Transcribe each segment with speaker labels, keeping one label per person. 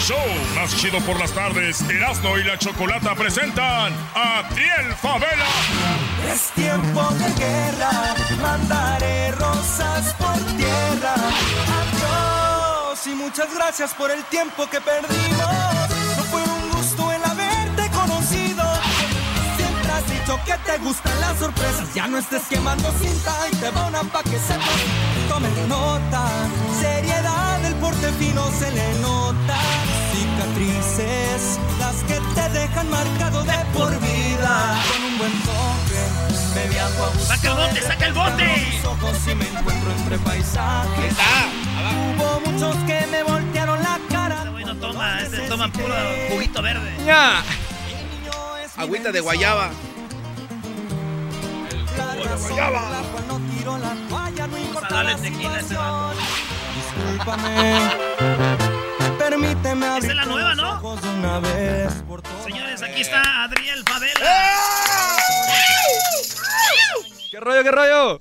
Speaker 1: show más chido por las tardes, Erasmo y la Chocolata presentan a Tiel Favela.
Speaker 2: Es tiempo de guerra, mandaré rosas por tierra. Adiós y muchas gracias por el tiempo que perdimos. No fue un gusto el haberte conocido. Siempre has dicho que te gustan las sorpresas. Ya no estés quemando cinta y te va una pa' que sepas. Tomen nota, seriedad, el porte fino se le nota. Cicatrices, las que te dejan marcado de por vida. Con un buen toque, me viajo a gusto.
Speaker 3: ¡Saca el bote,
Speaker 2: entre
Speaker 3: saca el bote!
Speaker 2: recuerdos, tus ojos y me encuentro entre paisajes. Hubo muchos que me voltearon la cara.
Speaker 3: Este güey no toma, este toma puro juguito verde.
Speaker 4: Ya.
Speaker 5: Agüita de guayaba.
Speaker 2: guayaba. No tiro la toalla, no importa
Speaker 3: darle
Speaker 2: la
Speaker 3: tequila a ese vato.
Speaker 2: situación. Discúlpame. Permíteme abrir
Speaker 3: Esa es la nueva,
Speaker 2: los
Speaker 3: ¿no?
Speaker 2: ojos de una vez por todas.
Speaker 3: Señores, aquí está Adriel
Speaker 4: Eh.
Speaker 3: Favela.
Speaker 4: ¿Qué rollo, qué rollo?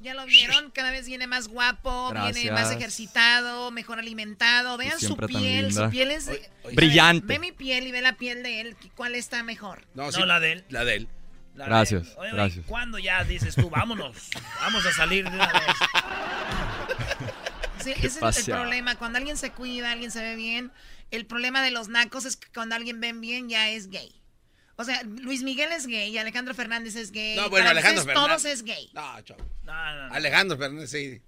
Speaker 6: Ya lo vieron, cada vez viene más guapo, viene
Speaker 4: Gracias.
Speaker 6: más ejercitado, mejor alimentado. Vean su
Speaker 4: siempre tan
Speaker 6: piel,
Speaker 4: linda.
Speaker 6: su piel es
Speaker 4: Brillante.
Speaker 6: Ve mi piel y ve la piel de él, ¿cuál está mejor?
Speaker 5: No,
Speaker 3: No, la de él.
Speaker 5: La de él.
Speaker 3: La
Speaker 4: Gracias,
Speaker 3: de- Oye, güey,
Speaker 4: gracias.
Speaker 3: ¿Cuándo ya dices tú, vámonos? Vamos a salir de una vez.
Speaker 4: Qué
Speaker 6: Sí, ese es el
Speaker 4: pasea.
Speaker 6: problema, cuando alguien se cuida, alguien se ve bien. El problema de los nacos es que cuando alguien ven bien ya es gay. O sea, Luis Miguel es gay, Alejandro Fernández es gay.
Speaker 5: No, bueno,
Speaker 6: para ustedes
Speaker 5: Alejandro Fernández.
Speaker 6: Todos es gay.
Speaker 5: No, chavo.
Speaker 3: No, no, no.
Speaker 5: Alejandro Fernández, sí.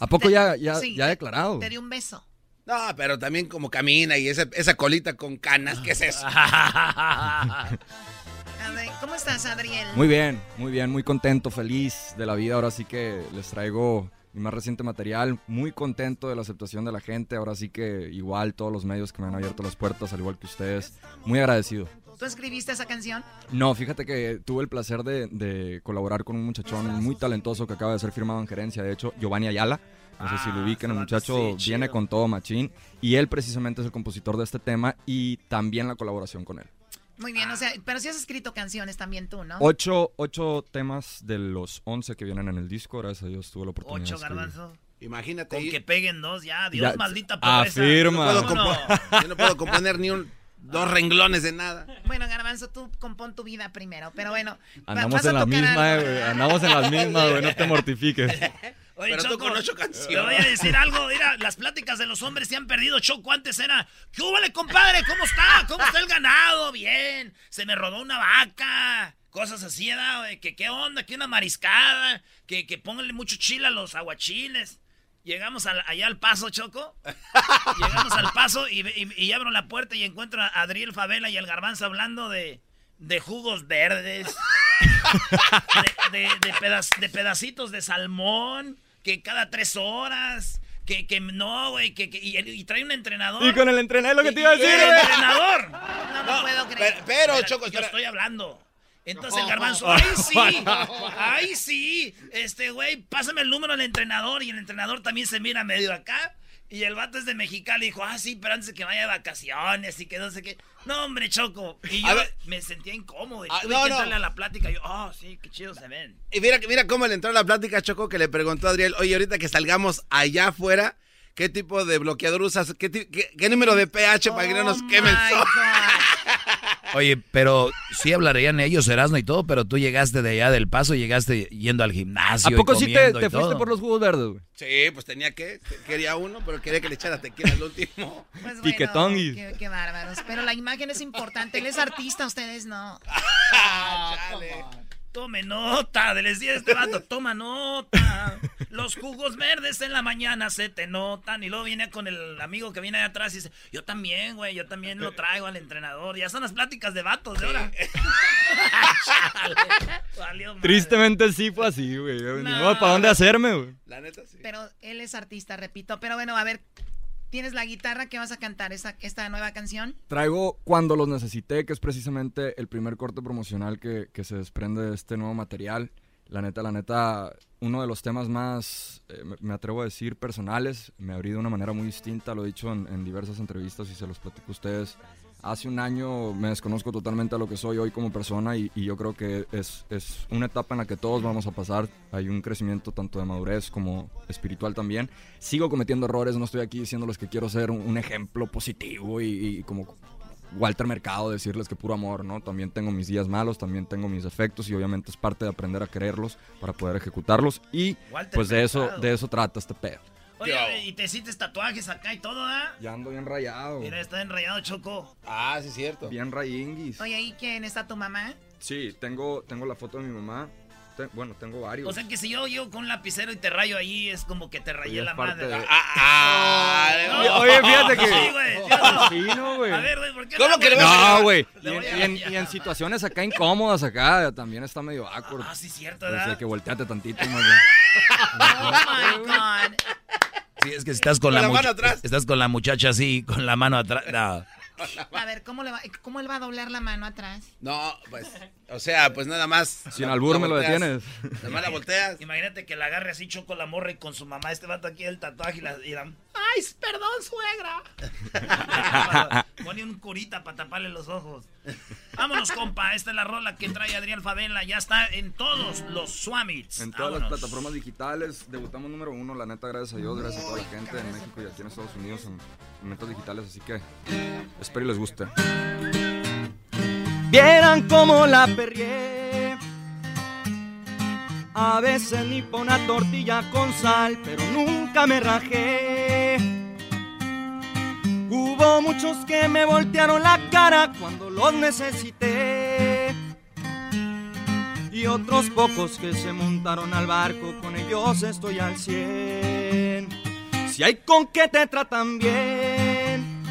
Speaker 4: ¿A poco
Speaker 6: Te-
Speaker 4: ya, ya,
Speaker 6: sí,
Speaker 4: ya
Speaker 6: te-
Speaker 4: declarado?
Speaker 6: Te dio un beso.
Speaker 5: No, pero también como camina y esa, esa colita con canas, ¿qué es eso?
Speaker 3: Ah,
Speaker 6: A ver, ¿Cómo estás, Adriel?
Speaker 4: Muy bien, muy bien, muy contento, feliz de la vida. Ahora sí que les traigo mi más reciente material, muy contento de la aceptación de la gente. Ahora sí que igual todos los medios que me han abierto las puertas, al igual que ustedes, muy agradecido.
Speaker 6: ¿Tú escribiste esa canción?
Speaker 4: No, fíjate que tuve el placer de, de colaborar con un muchachón muy talentoso que acaba de ser firmado en gerencia, de hecho, Giovanni Ayala. No sé si
Speaker 3: Ah,
Speaker 4: lo ubican, el
Speaker 3: ese vato
Speaker 4: muchacho
Speaker 3: sí,
Speaker 4: viene
Speaker 3: chido.
Speaker 4: con todo machín y él precisamente es el compositor de este tema y también la colaboración con él.
Speaker 6: Muy bien, o sea, pero sí has escrito canciones también tú, ¿no?
Speaker 4: Ocho, ocho temas de los once que vienen en el disco, gracias a Dios tuve la oportunidad.
Speaker 3: Ocho
Speaker 4: de escribir.
Speaker 3: garbanzo.
Speaker 5: Imagínate.
Speaker 3: Con
Speaker 5: yo-
Speaker 3: que peguen dos, ya. Dios,
Speaker 4: este Ya,
Speaker 3: maldita pobreza.
Speaker 4: afirma.
Speaker 5: puedo
Speaker 3: No, no.
Speaker 5: compo- yo no puedo componer ni un, dos renglones de nada.
Speaker 6: Bueno, Garbanzo, tú compón tu vida primero, pero bueno. va-
Speaker 4: Andamos
Speaker 6: vas a
Speaker 4: en la
Speaker 6: tocar
Speaker 4: misma, eh,
Speaker 6: algo.
Speaker 4: güey. Andamos en la misma, güey. No te mortifiques.
Speaker 3: Oye,
Speaker 5: Pero tú
Speaker 3: Choco,
Speaker 5: con ocho
Speaker 3: Te
Speaker 5: canciones.
Speaker 3: voy a decir algo, mira, las pláticas de los hombres se han perdido, Choco, antes era, ¿qué húbale, compadre? ¿Cómo está? ¿Cómo está el ganado? Bien, se me rodó una vaca, cosas así, ¿verdad, güey? que qué onda? que una mariscada? que que pónganle mucho chile a los aguachiles? Llegamos al- allá al paso, Choco, llegamos al paso y, ve- y- y abro la puerta y encuentro a Adriel Favela y el Garbanzo hablando de, de jugos verdes de, de- de pedaz- de pedacitos de salmón, que cada tres horas, que, que no, güey, que, que- y, y trae un entrenador.
Speaker 4: Y con el entrenador, es lo que te iba a
Speaker 3: Y- y
Speaker 4: decir,
Speaker 3: el
Speaker 4: güey.
Speaker 3: entrenador.
Speaker 6: No, no, puedo creer.
Speaker 5: Pero, pero,
Speaker 3: Espera,
Speaker 5: Choco,
Speaker 3: yo
Speaker 5: espera.
Speaker 3: estoy hablando. Entonces el garbanzo, ¡ay sí! ¡Ay sí! Este güey, pásame el número al entrenador y el entrenador también se mira medio acá. Y el vato es de Mexicali y dijo, ah, sí, pero antes de que vaya de vacaciones y que no sé qué. No, hombre, Choco. Y
Speaker 5: A
Speaker 3: yo
Speaker 5: ver.
Speaker 3: me sentía incómodo. Y
Speaker 5: Ah,
Speaker 3: tuve
Speaker 5: no,
Speaker 3: que
Speaker 5: no.
Speaker 3: entrarle a la plática. Yo, oh, sí, qué chido se ven.
Speaker 5: Y mira, mira cómo le entró la plática Choco que le preguntó a Adriel, oye, ahorita que salgamos allá afuera, ¿qué tipo de bloqueador usas? ¿Qué, ti- qué- qué número de pH para que no nos
Speaker 6: Oh
Speaker 5: quemen?
Speaker 6: my God.
Speaker 7: Oye, pero sí hablarían ellos, Erasmo y todo, pero tú llegaste de allá del paso, llegaste yendo al
Speaker 4: ¿A
Speaker 7: gimnasio.
Speaker 4: poco
Speaker 7: y
Speaker 4: sí te,
Speaker 7: comiendo y
Speaker 4: te fuiste
Speaker 7: todo?
Speaker 4: por los jugos verdes, güey?
Speaker 5: Sí, pues tenía que, quería uno, pero quería que le echara tequila al último.
Speaker 6: Pues bueno,
Speaker 4: Piquetonguis.
Speaker 6: Qué, qué bárbaros. Pero la imagen es importante. Él es artista, ustedes no.
Speaker 5: Chale.
Speaker 3: Tome nota, les decía este vato, toma nota. Los jugos verdes en la mañana se te notan. Y luego viene con el amigo que viene allá atrás y dice, yo también, güey, yo también lo traigo al entrenador. Ya son las pláticas de vatos de ahora. Chale, valió madre.
Speaker 4: Tristemente sí fue así, güey. Ni
Speaker 6: No.
Speaker 4: modo para dónde hacerme, güey.
Speaker 5: La neta, sí.
Speaker 6: Pero él es artista, repito. Pero bueno, a ver, ¿tienes la guitarra que vas a cantar esta, esta nueva canción?
Speaker 4: Traigo Cuando los necesité, que es precisamente el primer corte promocional que, que se desprende de este nuevo material. La neta, la neta, uno de los temas más, eh, me- me atrevo a decir, personales. Me abrí de una manera muy distinta, lo he dicho en, en diversas entrevistas y se los platico a ustedes. Hace un año me desconozco totalmente a lo que soy hoy como persona y, y yo creo que es, es una etapa en la que todos vamos a pasar. Hay un crecimiento tanto de madurez como espiritual también. Sigo cometiendo errores, no estoy aquí diciéndoles que quiero ser un, un ejemplo positivo y, y como Walter Mercado decirles que puro amor, ¿no? También tengo mis días malos, también tengo mis defectos y obviamente es parte de aprender a quererlos para poder ejecutarlos y
Speaker 3: Walter
Speaker 4: pues de eso,
Speaker 3: Mercado.
Speaker 4: de eso trata este pedo.
Speaker 3: Oye, y te hiciste tatuajes acá y todo, ¿ah?
Speaker 4: Ya ando bien rayado.
Speaker 3: Mira, está enrayado Choco.
Speaker 5: Ah, sí, es cierto.
Speaker 4: Bien rayinguis.
Speaker 6: Oye, ¿y quién está tu mamá?
Speaker 4: Sí, tengo, tengo la foto de mi mamá. Te- bueno, tengo varios.
Speaker 3: O sea que si yo llego con un lapicero y te rayo ahí, es como que te rayé
Speaker 4: Oye,
Speaker 3: la
Speaker 4: es parte
Speaker 3: madre.
Speaker 4: de-
Speaker 5: Ah, ah,
Speaker 3: No,
Speaker 4: Oye, fíjate que-
Speaker 3: Sí, güey. yo-
Speaker 4: Sí, no, güey.
Speaker 3: A ver, güey, ¿por qué
Speaker 5: ¿Cómo que le vas
Speaker 3: güey?
Speaker 5: a-
Speaker 4: No, güey. Y,
Speaker 3: Le voy a-
Speaker 4: en- y en- y en situaciones acá incómodas acá también está medio awkward.
Speaker 3: Ah, sí, cierto,
Speaker 4: Pues, de
Speaker 3: ¿verdad?
Speaker 4: que volteate tantito. más bien.
Speaker 6: Oh my God.
Speaker 7: Sí, es que si estás con,
Speaker 5: Con
Speaker 7: la,
Speaker 5: la mano
Speaker 7: mucha-
Speaker 5: atrás.
Speaker 7: Estás con la muchacha así, con la mano atrás. No.
Speaker 6: A ver, ¿cómo, le va, ¿cómo él va a doblar la mano atrás?
Speaker 5: No, pues, o sea, pues nada más.
Speaker 4: Sin
Speaker 5: la-
Speaker 4: albur
Speaker 5: la
Speaker 4: me lo
Speaker 5: volteas.
Speaker 4: detienes.
Speaker 5: Nada más la volteas.
Speaker 3: Imagínate que la agarre así Choco la morra y con su mamá este vato aquí el tatuaje y la... y la-
Speaker 6: Ay, perdón, suegra.
Speaker 3: Pone un curita para taparle los ojos. Vámonos, compa. Esta es la rola que trae Adrián Favela. Ya está en todos los Swamits.
Speaker 4: En todas las
Speaker 3: Vámonos.
Speaker 4: plataformas digitales, debutamos número uno, la neta, gracias a Dios, gracias a toda la gente en México y aquí en Estados Unidos en en metas digitales, así que espero y les guste.
Speaker 2: Vieran cómo la perrié. A veces ni pon una tortilla con sal, pero nunca me rajé. Hubo muchos que me voltearon la cara cuando los necesité. Y otros pocos que se montaron al barco, con ellos estoy al cien. Si hay con que te tratan bien.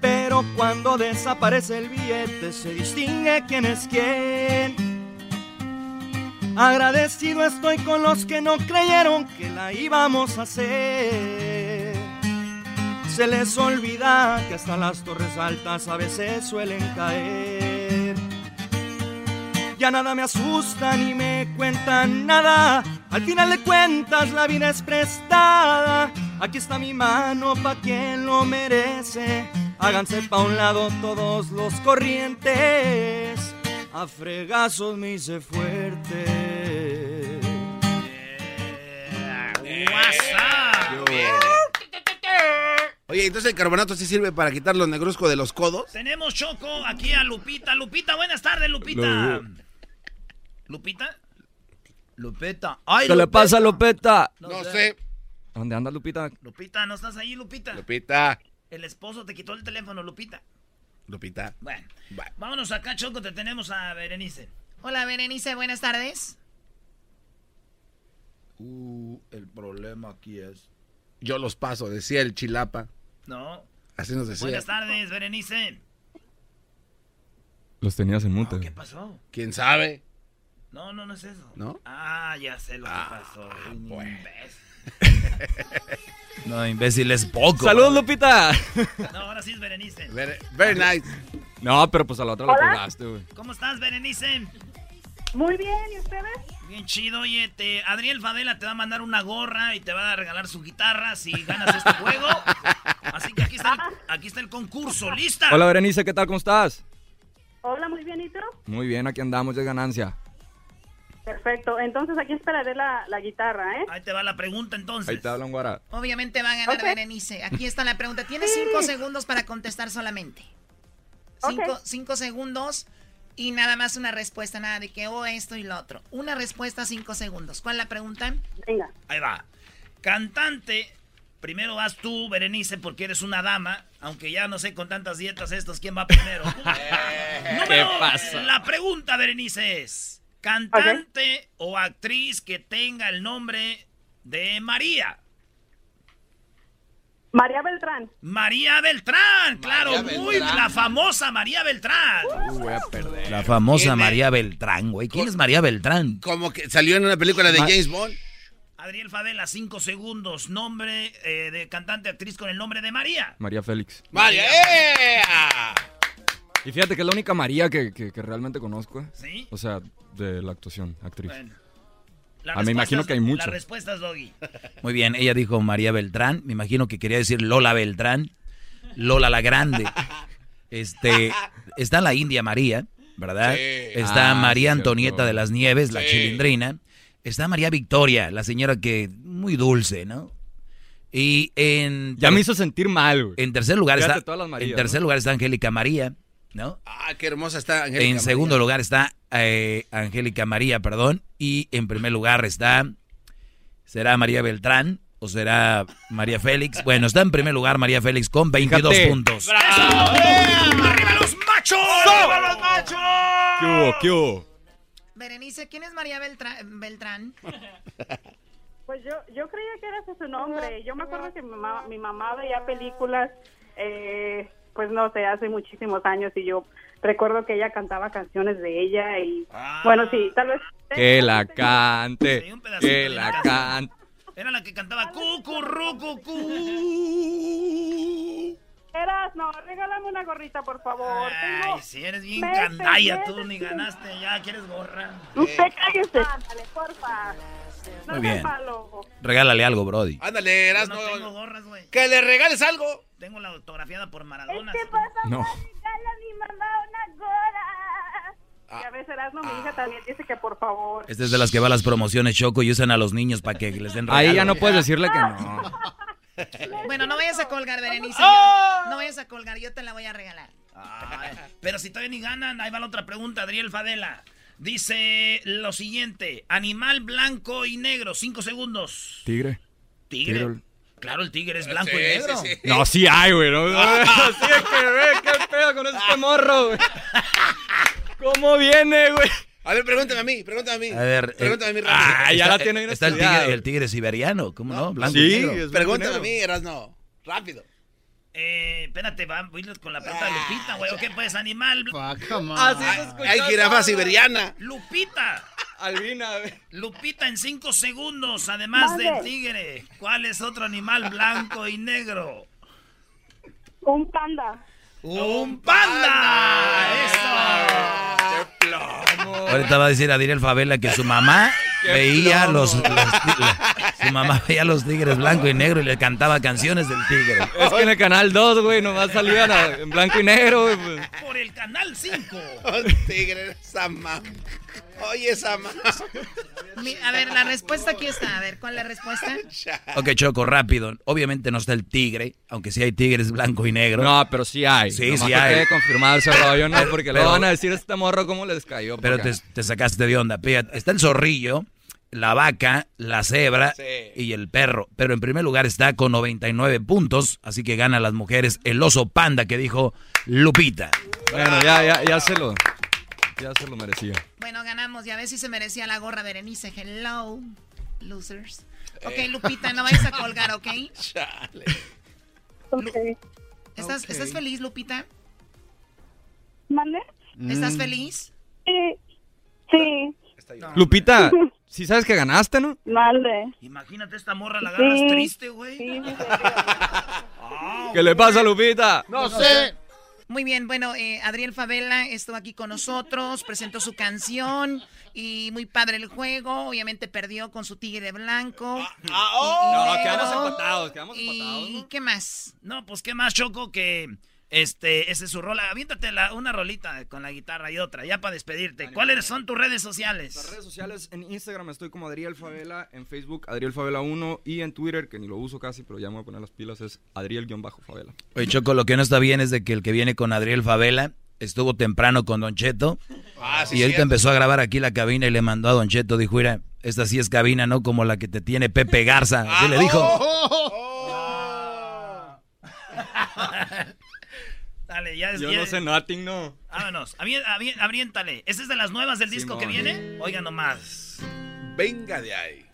Speaker 2: Pero cuando desaparece el billete se distingue quién es quién. Agradecido estoy con los que no creyeron que la íbamos a hacer. Se les olvida que hasta las torres altas a veces suelen caer. Ya nada me asusta ni me cuentan nada. Al final de cuentas la vida es prestada. Aquí está mi mano pa' quien lo merece. Háganse pa' un lado todos los corrientes. A fregazos me hice fuerte.
Speaker 3: Eh, WhatsApp.
Speaker 5: Oye, entonces el carbonato sí sirve para quitar los negruzcos de los codos.
Speaker 3: Tenemos Choco aquí a Lupita. Lupita, buenas tardes, Lupita.
Speaker 4: Lu-
Speaker 3: ¿Lupita? Lupita. Ay,
Speaker 4: Lupita?
Speaker 3: No,
Speaker 5: No
Speaker 3: sé.
Speaker 5: sé.
Speaker 4: ¿Dónde anda Lupita?
Speaker 3: Lupita, ¿no estás ahí, Lupita?
Speaker 5: Lupita.
Speaker 3: El esposo te quitó el teléfono, Lupita.
Speaker 5: Lupita.
Speaker 3: Bueno,
Speaker 5: Bueno.
Speaker 3: vámonos acá, Choco. Te tenemos a Berenice.
Speaker 6: Hola, Berenice, buenas tardes.
Speaker 5: Uh, el problema aquí es. Yo los paso, decía el chilapa.
Speaker 3: No.
Speaker 5: Así nos decía.
Speaker 3: Buenas tardes, Berenice.
Speaker 4: Los tenías en mute.
Speaker 3: No, ¿Qué pasó?
Speaker 5: ¿Quién sabe?
Speaker 3: No, no, no es eso.
Speaker 5: ¿No?
Speaker 3: Ah, ya sé lo que pasó. Ni
Speaker 5: bueno.
Speaker 3: imbécil.
Speaker 7: No, imbécil, es poco.
Speaker 4: Lupita!
Speaker 3: No, ahora sí es Berenice.
Speaker 5: Very, very nice.
Speaker 4: No, pero pues a la otra la colgaste, güey.
Speaker 3: ¿Cómo estás, Berenice?
Speaker 8: Muy bien, ¿y ustedes?
Speaker 3: Bien chido, oye, te- Adriel Favela te va a mandar una gorra y te va a regalar su guitarra si ganas este juego. Así que aquí está
Speaker 6: Ah.
Speaker 3: el, aquí está el concurso, ¿lista?
Speaker 4: Hola, Berenice, ¿qué tal? ¿Cómo estás?
Speaker 8: Hola, muy bien, ¿y tú?
Speaker 4: Muy bien, aquí andamos, ya es ganancia.
Speaker 8: Perfecto, entonces aquí esperaré la, la guitarra, ¿eh?
Speaker 3: Ahí te va la pregunta entonces.
Speaker 4: Ahí te hablan, Guara.
Speaker 6: Obviamente va a ganar
Speaker 8: Ok.
Speaker 6: Berenice. Aquí está la pregunta. Tienes cinco segundos para contestar solamente.
Speaker 8: Ok.
Speaker 6: Cinco, cinco segundos y nada más una respuesta, nada de que oh, esto y lo otro. Una respuesta, cinco segundos. ¿Cuál la pregunta?
Speaker 8: Venga.
Speaker 3: Ahí va. Cantante, primero vas tú, Berenice, porque eres una dama. Aunque ya no sé con tantas dietas estos quién va primero. Número-
Speaker 4: pasa?
Speaker 3: La pregunta, Berenice, es: ¿cantante o actriz que tenga el nombre de María?
Speaker 8: María Beltrán.
Speaker 3: María Beltrán, claro, muy la famosa María Beltrán.
Speaker 4: Uy, voy a perder.
Speaker 7: La famosa
Speaker 5: ¿Quién es?
Speaker 7: María Beltrán, güey. ¿Quién es María Beltrán?
Speaker 5: Como que salió en una película de James Bond.
Speaker 3: Adriel Favela, cinco segundos, nombre eh, de cantante, actriz con el nombre de María.
Speaker 4: María Félix.
Speaker 5: María. ¡eh!
Speaker 4: Y fíjate que es la única María que, que- que realmente conozco, eh.
Speaker 3: ¿Sí?
Speaker 4: O sea, de la actuación, actriz.
Speaker 3: Bueno. La
Speaker 4: Ah,
Speaker 3: respuesta
Speaker 4: me imagino
Speaker 3: es-
Speaker 4: que hay muchas.
Speaker 3: La respuesta es Doggy.
Speaker 7: Muy bien, ella dijo María Beltrán. Me imagino que quería decir Lola Beltrán. Lola la Grande. Este, está la India María, ¿verdad?
Speaker 9: Sí.
Speaker 7: Está
Speaker 4: Ah,
Speaker 7: María
Speaker 4: sí, cierto.
Speaker 7: Antonieta de las Nieves, la
Speaker 9: Sí.
Speaker 7: chilindrina. Está María Victoria, la señora que muy dulce, ¿no? Y en
Speaker 4: Ya me hizo sentir mal, güey.
Speaker 7: en tercer lugar
Speaker 4: Fíjate
Speaker 7: está
Speaker 4: todas las Marías,
Speaker 7: en tercer
Speaker 4: ¿no?
Speaker 7: lugar está Angélica María, ¿no?
Speaker 5: Ah, qué hermosa está Angélica.
Speaker 7: En
Speaker 5: María.
Speaker 7: segundo lugar está eh, Angélica María, perdón. Y en primer lugar está. ¿Será María Beltrán o será María Félix? Bueno, está en primer lugar María Félix con 22
Speaker 4: Fíjate.
Speaker 7: puntos.
Speaker 3: ¡Arriba los machos! ¡Arriba los machos!
Speaker 4: ¿Qué hubo? ¿Qué hubo?
Speaker 6: Berenice, ¿quién es María Beltra- Beltrán?
Speaker 8: Pues yo, yo creía que era ese su nombre. Yo me acuerdo que mi mamá, mi mamá veía películas, eh, pues no sé, hace muchísimos años y yo recuerdo que ella cantaba canciones de ella y
Speaker 3: Ah.
Speaker 8: bueno, sí, tal vez...
Speaker 4: Que la
Speaker 3: Sí,
Speaker 4: cante.
Speaker 3: un pedacito de
Speaker 4: Que la
Speaker 3: la
Speaker 4: cante.
Speaker 3: Era la que cantaba cucurrucucú.
Speaker 8: Eras, no, regálame una gorrita, por favor. Tengo-
Speaker 3: Ay, si eres bien
Speaker 8: Meses,
Speaker 3: candaya tú,
Speaker 8: meses
Speaker 3: ni
Speaker 8: sin-
Speaker 3: ganaste ya, quieres gorra.
Speaker 8: Usted cállese. Ándale, porfa. No
Speaker 7: Muy
Speaker 8: sea
Speaker 7: bien.
Speaker 8: malo.
Speaker 7: Regálale algo, Brody.
Speaker 5: Ándale,
Speaker 3: Yo
Speaker 5: eras,
Speaker 3: no tengo gorras, güey.
Speaker 5: Que le regales algo.
Speaker 3: Tengo la autografiada por Maradona.
Speaker 8: ¿Qué
Speaker 3: sí.
Speaker 8: pasa?
Speaker 4: No.
Speaker 8: Regala a mi mamá una gorra. Y a veces Erasmo, mi hija también dice que por favor.
Speaker 7: Esta es de las que va a las promociones Choco y usan a los niños para que les den regalos.
Speaker 4: Ahí ya no puedes decirle que no.
Speaker 6: Bueno, no vayas a colgar, Berenice. yo- no vayas a colgar, yo te la voy a regalar.
Speaker 3: Ay, pero si todavía ni ganan, ahí va la otra pregunta, Adriel Fadela. Dice lo siguiente, animal blanco y negro, cinco segundos.
Speaker 4: Tigre.
Speaker 3: Tigre.
Speaker 4: Tigre.
Speaker 3: Claro, el tigre es blanco
Speaker 9: Sí,
Speaker 3: y
Speaker 5: Pues,
Speaker 3: negro.
Speaker 9: sí, sí.
Speaker 4: No, Eh, sí hay, güey. ¿no? Así es que ve, qué pedo con este morro, güey. ¿Cómo viene, güey?
Speaker 5: A ver, pregúntame a mí, pregúntame a mí.
Speaker 7: A ver, eh,
Speaker 5: pregúntame a mí, rápido.
Speaker 4: Ah, ya
Speaker 7: Está-
Speaker 4: la tiene bien
Speaker 7: Está el
Speaker 4: estudiada,
Speaker 7: tigre,
Speaker 4: güey.
Speaker 7: el tigre siberiano, ¿cómo no? Blanco y
Speaker 4: Sí,
Speaker 7: negro.
Speaker 4: es
Speaker 5: Pregúntame a
Speaker 4: blanco y
Speaker 5: mí, eras, no. Rápido.
Speaker 3: Eh, espérate, va, voy con la pregunta de
Speaker 4: Ah,
Speaker 3: Lupita, güey. Ok, pues animal. bl-
Speaker 4: Así se escuchaba.
Speaker 5: Hay jirafa siberiana.
Speaker 3: Lupita.
Speaker 4: Albina, güey.
Speaker 3: Lupita en cinco segundos, además del
Speaker 8: Mande.
Speaker 3: tigre. ¿Cuál es otro animal blanco y negro?
Speaker 8: Un panda.
Speaker 3: ¡Un panda! ¡Eso!
Speaker 7: Ahorita va a decir a Daniel Favela que su mamá veía los, los ti- la- su mamá veía los tigres blanco y negro y le cantaba canciones del tigre.
Speaker 4: Es que en el canal 2, güey, nomás salían a- en blanco y negro, güey. pues.
Speaker 3: Por el canal 5.
Speaker 5: Oh, tigre, esa mamá. Oye, esa mamá.
Speaker 6: Mi- a ver, la respuesta aquí está. A ver, ¿cuál es la respuesta?
Speaker 7: Ok, Choco, rápido. Obviamente no está el tigre, aunque sí hay tigres blanco y negro.
Speaker 4: No, pero sí hay.
Speaker 7: Sí,
Speaker 4: Nomás
Speaker 7: sí
Speaker 4: que
Speaker 7: hay.
Speaker 4: quede confirmado ese rollo, no, porque le
Speaker 7: pero-
Speaker 4: van a decir a este morro cómo les cayó.
Speaker 7: pero
Speaker 4: porque-
Speaker 7: te, te sacaste de onda. Fíjate, está el zorrillo, la vaca, la cebra
Speaker 5: Sí.
Speaker 7: y el perro. Pero en primer lugar está con 99 puntos, así que gana las mujeres el oso panda que dijo Lupita.
Speaker 4: Bueno, ya, ya, ya se lo... Ya se lo merecía.
Speaker 6: Bueno, ganamos. Ya ves si se merecía la gorra, Berenice. Hello, losers. Ok, Lupita, no vayas a colgar, ¿ok?
Speaker 8: Ok.
Speaker 6: ¿Estás, ¿estás feliz, Lupita?
Speaker 8: ¿Mande?
Speaker 6: ¿Estás feliz?
Speaker 8: Sí. Sí.
Speaker 4: Lupita, sí sabes que ganaste, ¿no?
Speaker 8: Mande.
Speaker 3: Imagínate esta morra, la agarras
Speaker 8: Sí.
Speaker 3: triste, güey.
Speaker 8: Sí, sí, sí.
Speaker 4: ¿Qué le pasa, Lupita?
Speaker 6: Muy bien, bueno, eh, Adriel Favela estuvo aquí con nosotros, presentó su canción y muy padre el juego. Obviamente perdió con su tigre blanco.
Speaker 4: Ah, oh. No,
Speaker 6: Pero-
Speaker 4: quedamos empatados, quedamos empatados.
Speaker 6: ¿Y
Speaker 4: ¿no?
Speaker 6: qué más?
Speaker 3: No, pues qué más choco que este, ese es su rola. Aviéntate la- una rolita con la guitarra y otra, ya para despedirte. ¿Cuáles son tus redes
Speaker 4: Las
Speaker 3: sociales?
Speaker 4: redes sociales, en Instagram estoy como Adriel Favela, en Facebook Adriel Favela 1 y en Twitter, que ni lo uso casi, pero ya me voy a poner las pilas, es Adriel-Favela.
Speaker 7: Oye, Choco, lo que no está bien es de que el que viene con Adriel Favela estuvo temprano con Don Cheto
Speaker 5: Ah,
Speaker 7: y él te empezó a grabar aquí la cabina y le mandó a Don Cheto, dijo, mira, esta sí es cabina, ¿no? Como la que te tiene Pepe Garza. Así le
Speaker 5: Ah,
Speaker 7: dijo.
Speaker 5: oh,
Speaker 3: Dale, ya es
Speaker 4: Yo
Speaker 3: ya-
Speaker 4: no sé nothing, no.
Speaker 3: Vámonos, avi- avi- aviéntale. ¿Ese es de las nuevas del disco que
Speaker 4: Simón.
Speaker 3: viene? Oiga nomás.
Speaker 5: Venga de ahí.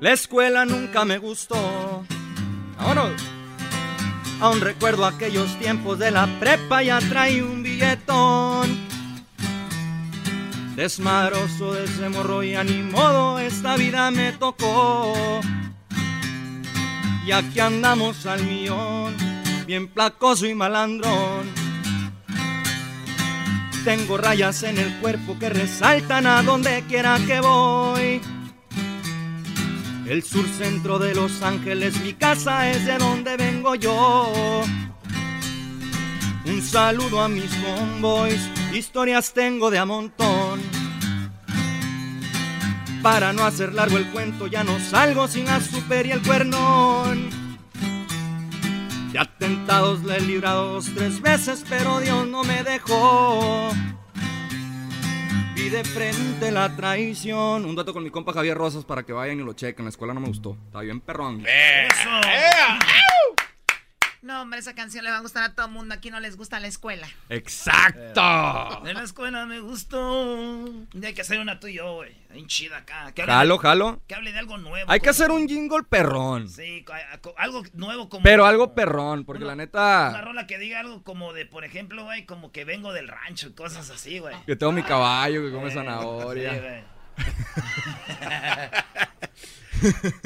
Speaker 4: La escuela nunca me gustó. Vámonos. Aún recuerdo aquellos tiempos de la prepa ya traí un billetón. Desmadroso desde morro y a ni modo esta vida me tocó. Y aquí andamos al millón, bien placoso y malandrón. Tengo rayas en el cuerpo que resaltan a donde quiera que voy.
Speaker 2: El sur centro de Los Ángeles, mi casa es de donde vengo yo. Un saludo a mis convoys, historias tengo de a montón. Para no hacer largo el cuento, ya no salgo sin la super y el cuernón. De atentados le he librado dos, tres veces, pero Dios no me dejó.
Speaker 4: Y de frente la traición. Un dato con mi compa Javier Rosas para que vayan y lo chequen. La escuela no me gustó. Está bien perrón.
Speaker 3: Eso.
Speaker 6: No, hombre, esa canción le va a gustar a todo el mundo. Aquí no les gusta la escuela.
Speaker 5: ¡Exacto!
Speaker 3: De la escuela me gustó. Y hay que hacer una tú y yo, güey. Bien chida acá. Que hable,
Speaker 4: Jalo, jalo.
Speaker 3: que hable de algo nuevo.
Speaker 4: Hay que
Speaker 3: como-
Speaker 4: hacer un jingle perrón.
Speaker 3: Sí, co- a- co- algo nuevo como.
Speaker 4: Pero algo perrón, porque la
Speaker 3: Una
Speaker 4: neta.
Speaker 3: rola que diga algo como de, por ejemplo, güey, como que vengo del rancho y cosas así, güey.
Speaker 4: Yo tengo mi caballo que come
Speaker 3: Eh, Sí, eh.
Speaker 4: zanahoria.
Speaker 3: güey.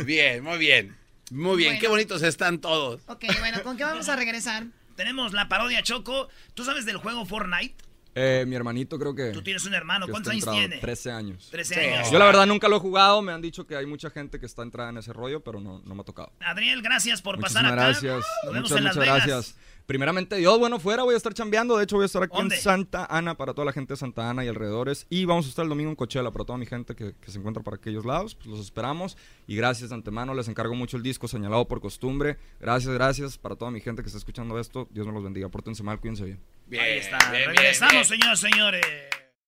Speaker 5: Bien, muy bien. Muy bien,
Speaker 6: Bueno.
Speaker 5: qué bonitos están todos.
Speaker 6: Ok, bueno, ¿con qué vamos a regresar?
Speaker 3: Tenemos la parodia Choco. ¿Tú sabes del juego Fortnite?
Speaker 4: Eh, mi hermanito creo que.
Speaker 3: Tú tienes un hermano.
Speaker 4: que
Speaker 3: ¿Cuántos
Speaker 4: está
Speaker 3: años
Speaker 4: entrado,
Speaker 3: tiene? Ah.
Speaker 4: 13 años.
Speaker 3: 13 años.
Speaker 4: Yo la verdad nunca lo he jugado, me han dicho que hay mucha gente que está entrada en ese rollo, pero no, no me ha tocado.
Speaker 3: Adriel, gracias por
Speaker 4: Muchísimas
Speaker 3: pasar acá.
Speaker 4: gracias.
Speaker 3: Nos vemos
Speaker 4: Muchas,
Speaker 3: en Las
Speaker 4: muchas
Speaker 3: Vegas.
Speaker 4: gracias. Primeramente, Dios, bueno, fuera voy a estar chambeando. De hecho, voy a estar aquí
Speaker 3: ¿Dónde?
Speaker 4: en Santa Ana para toda la gente de Santa Ana y alrededores. Y vamos a estar el domingo en Coachella para toda mi gente que, que se encuentra para aquellos lados. Pues los esperamos. Y gracias de antemano. Les encargo mucho el disco señalado por costumbre. Gracias, gracias para toda mi gente que está escuchando esto. Dios me los bendiga. Pórtense mal, cuídense bien.
Speaker 5: Bien,
Speaker 3: Ahí está.
Speaker 5: bien, bien,
Speaker 3: Regresamos,
Speaker 5: bien.
Speaker 3: señores, señores.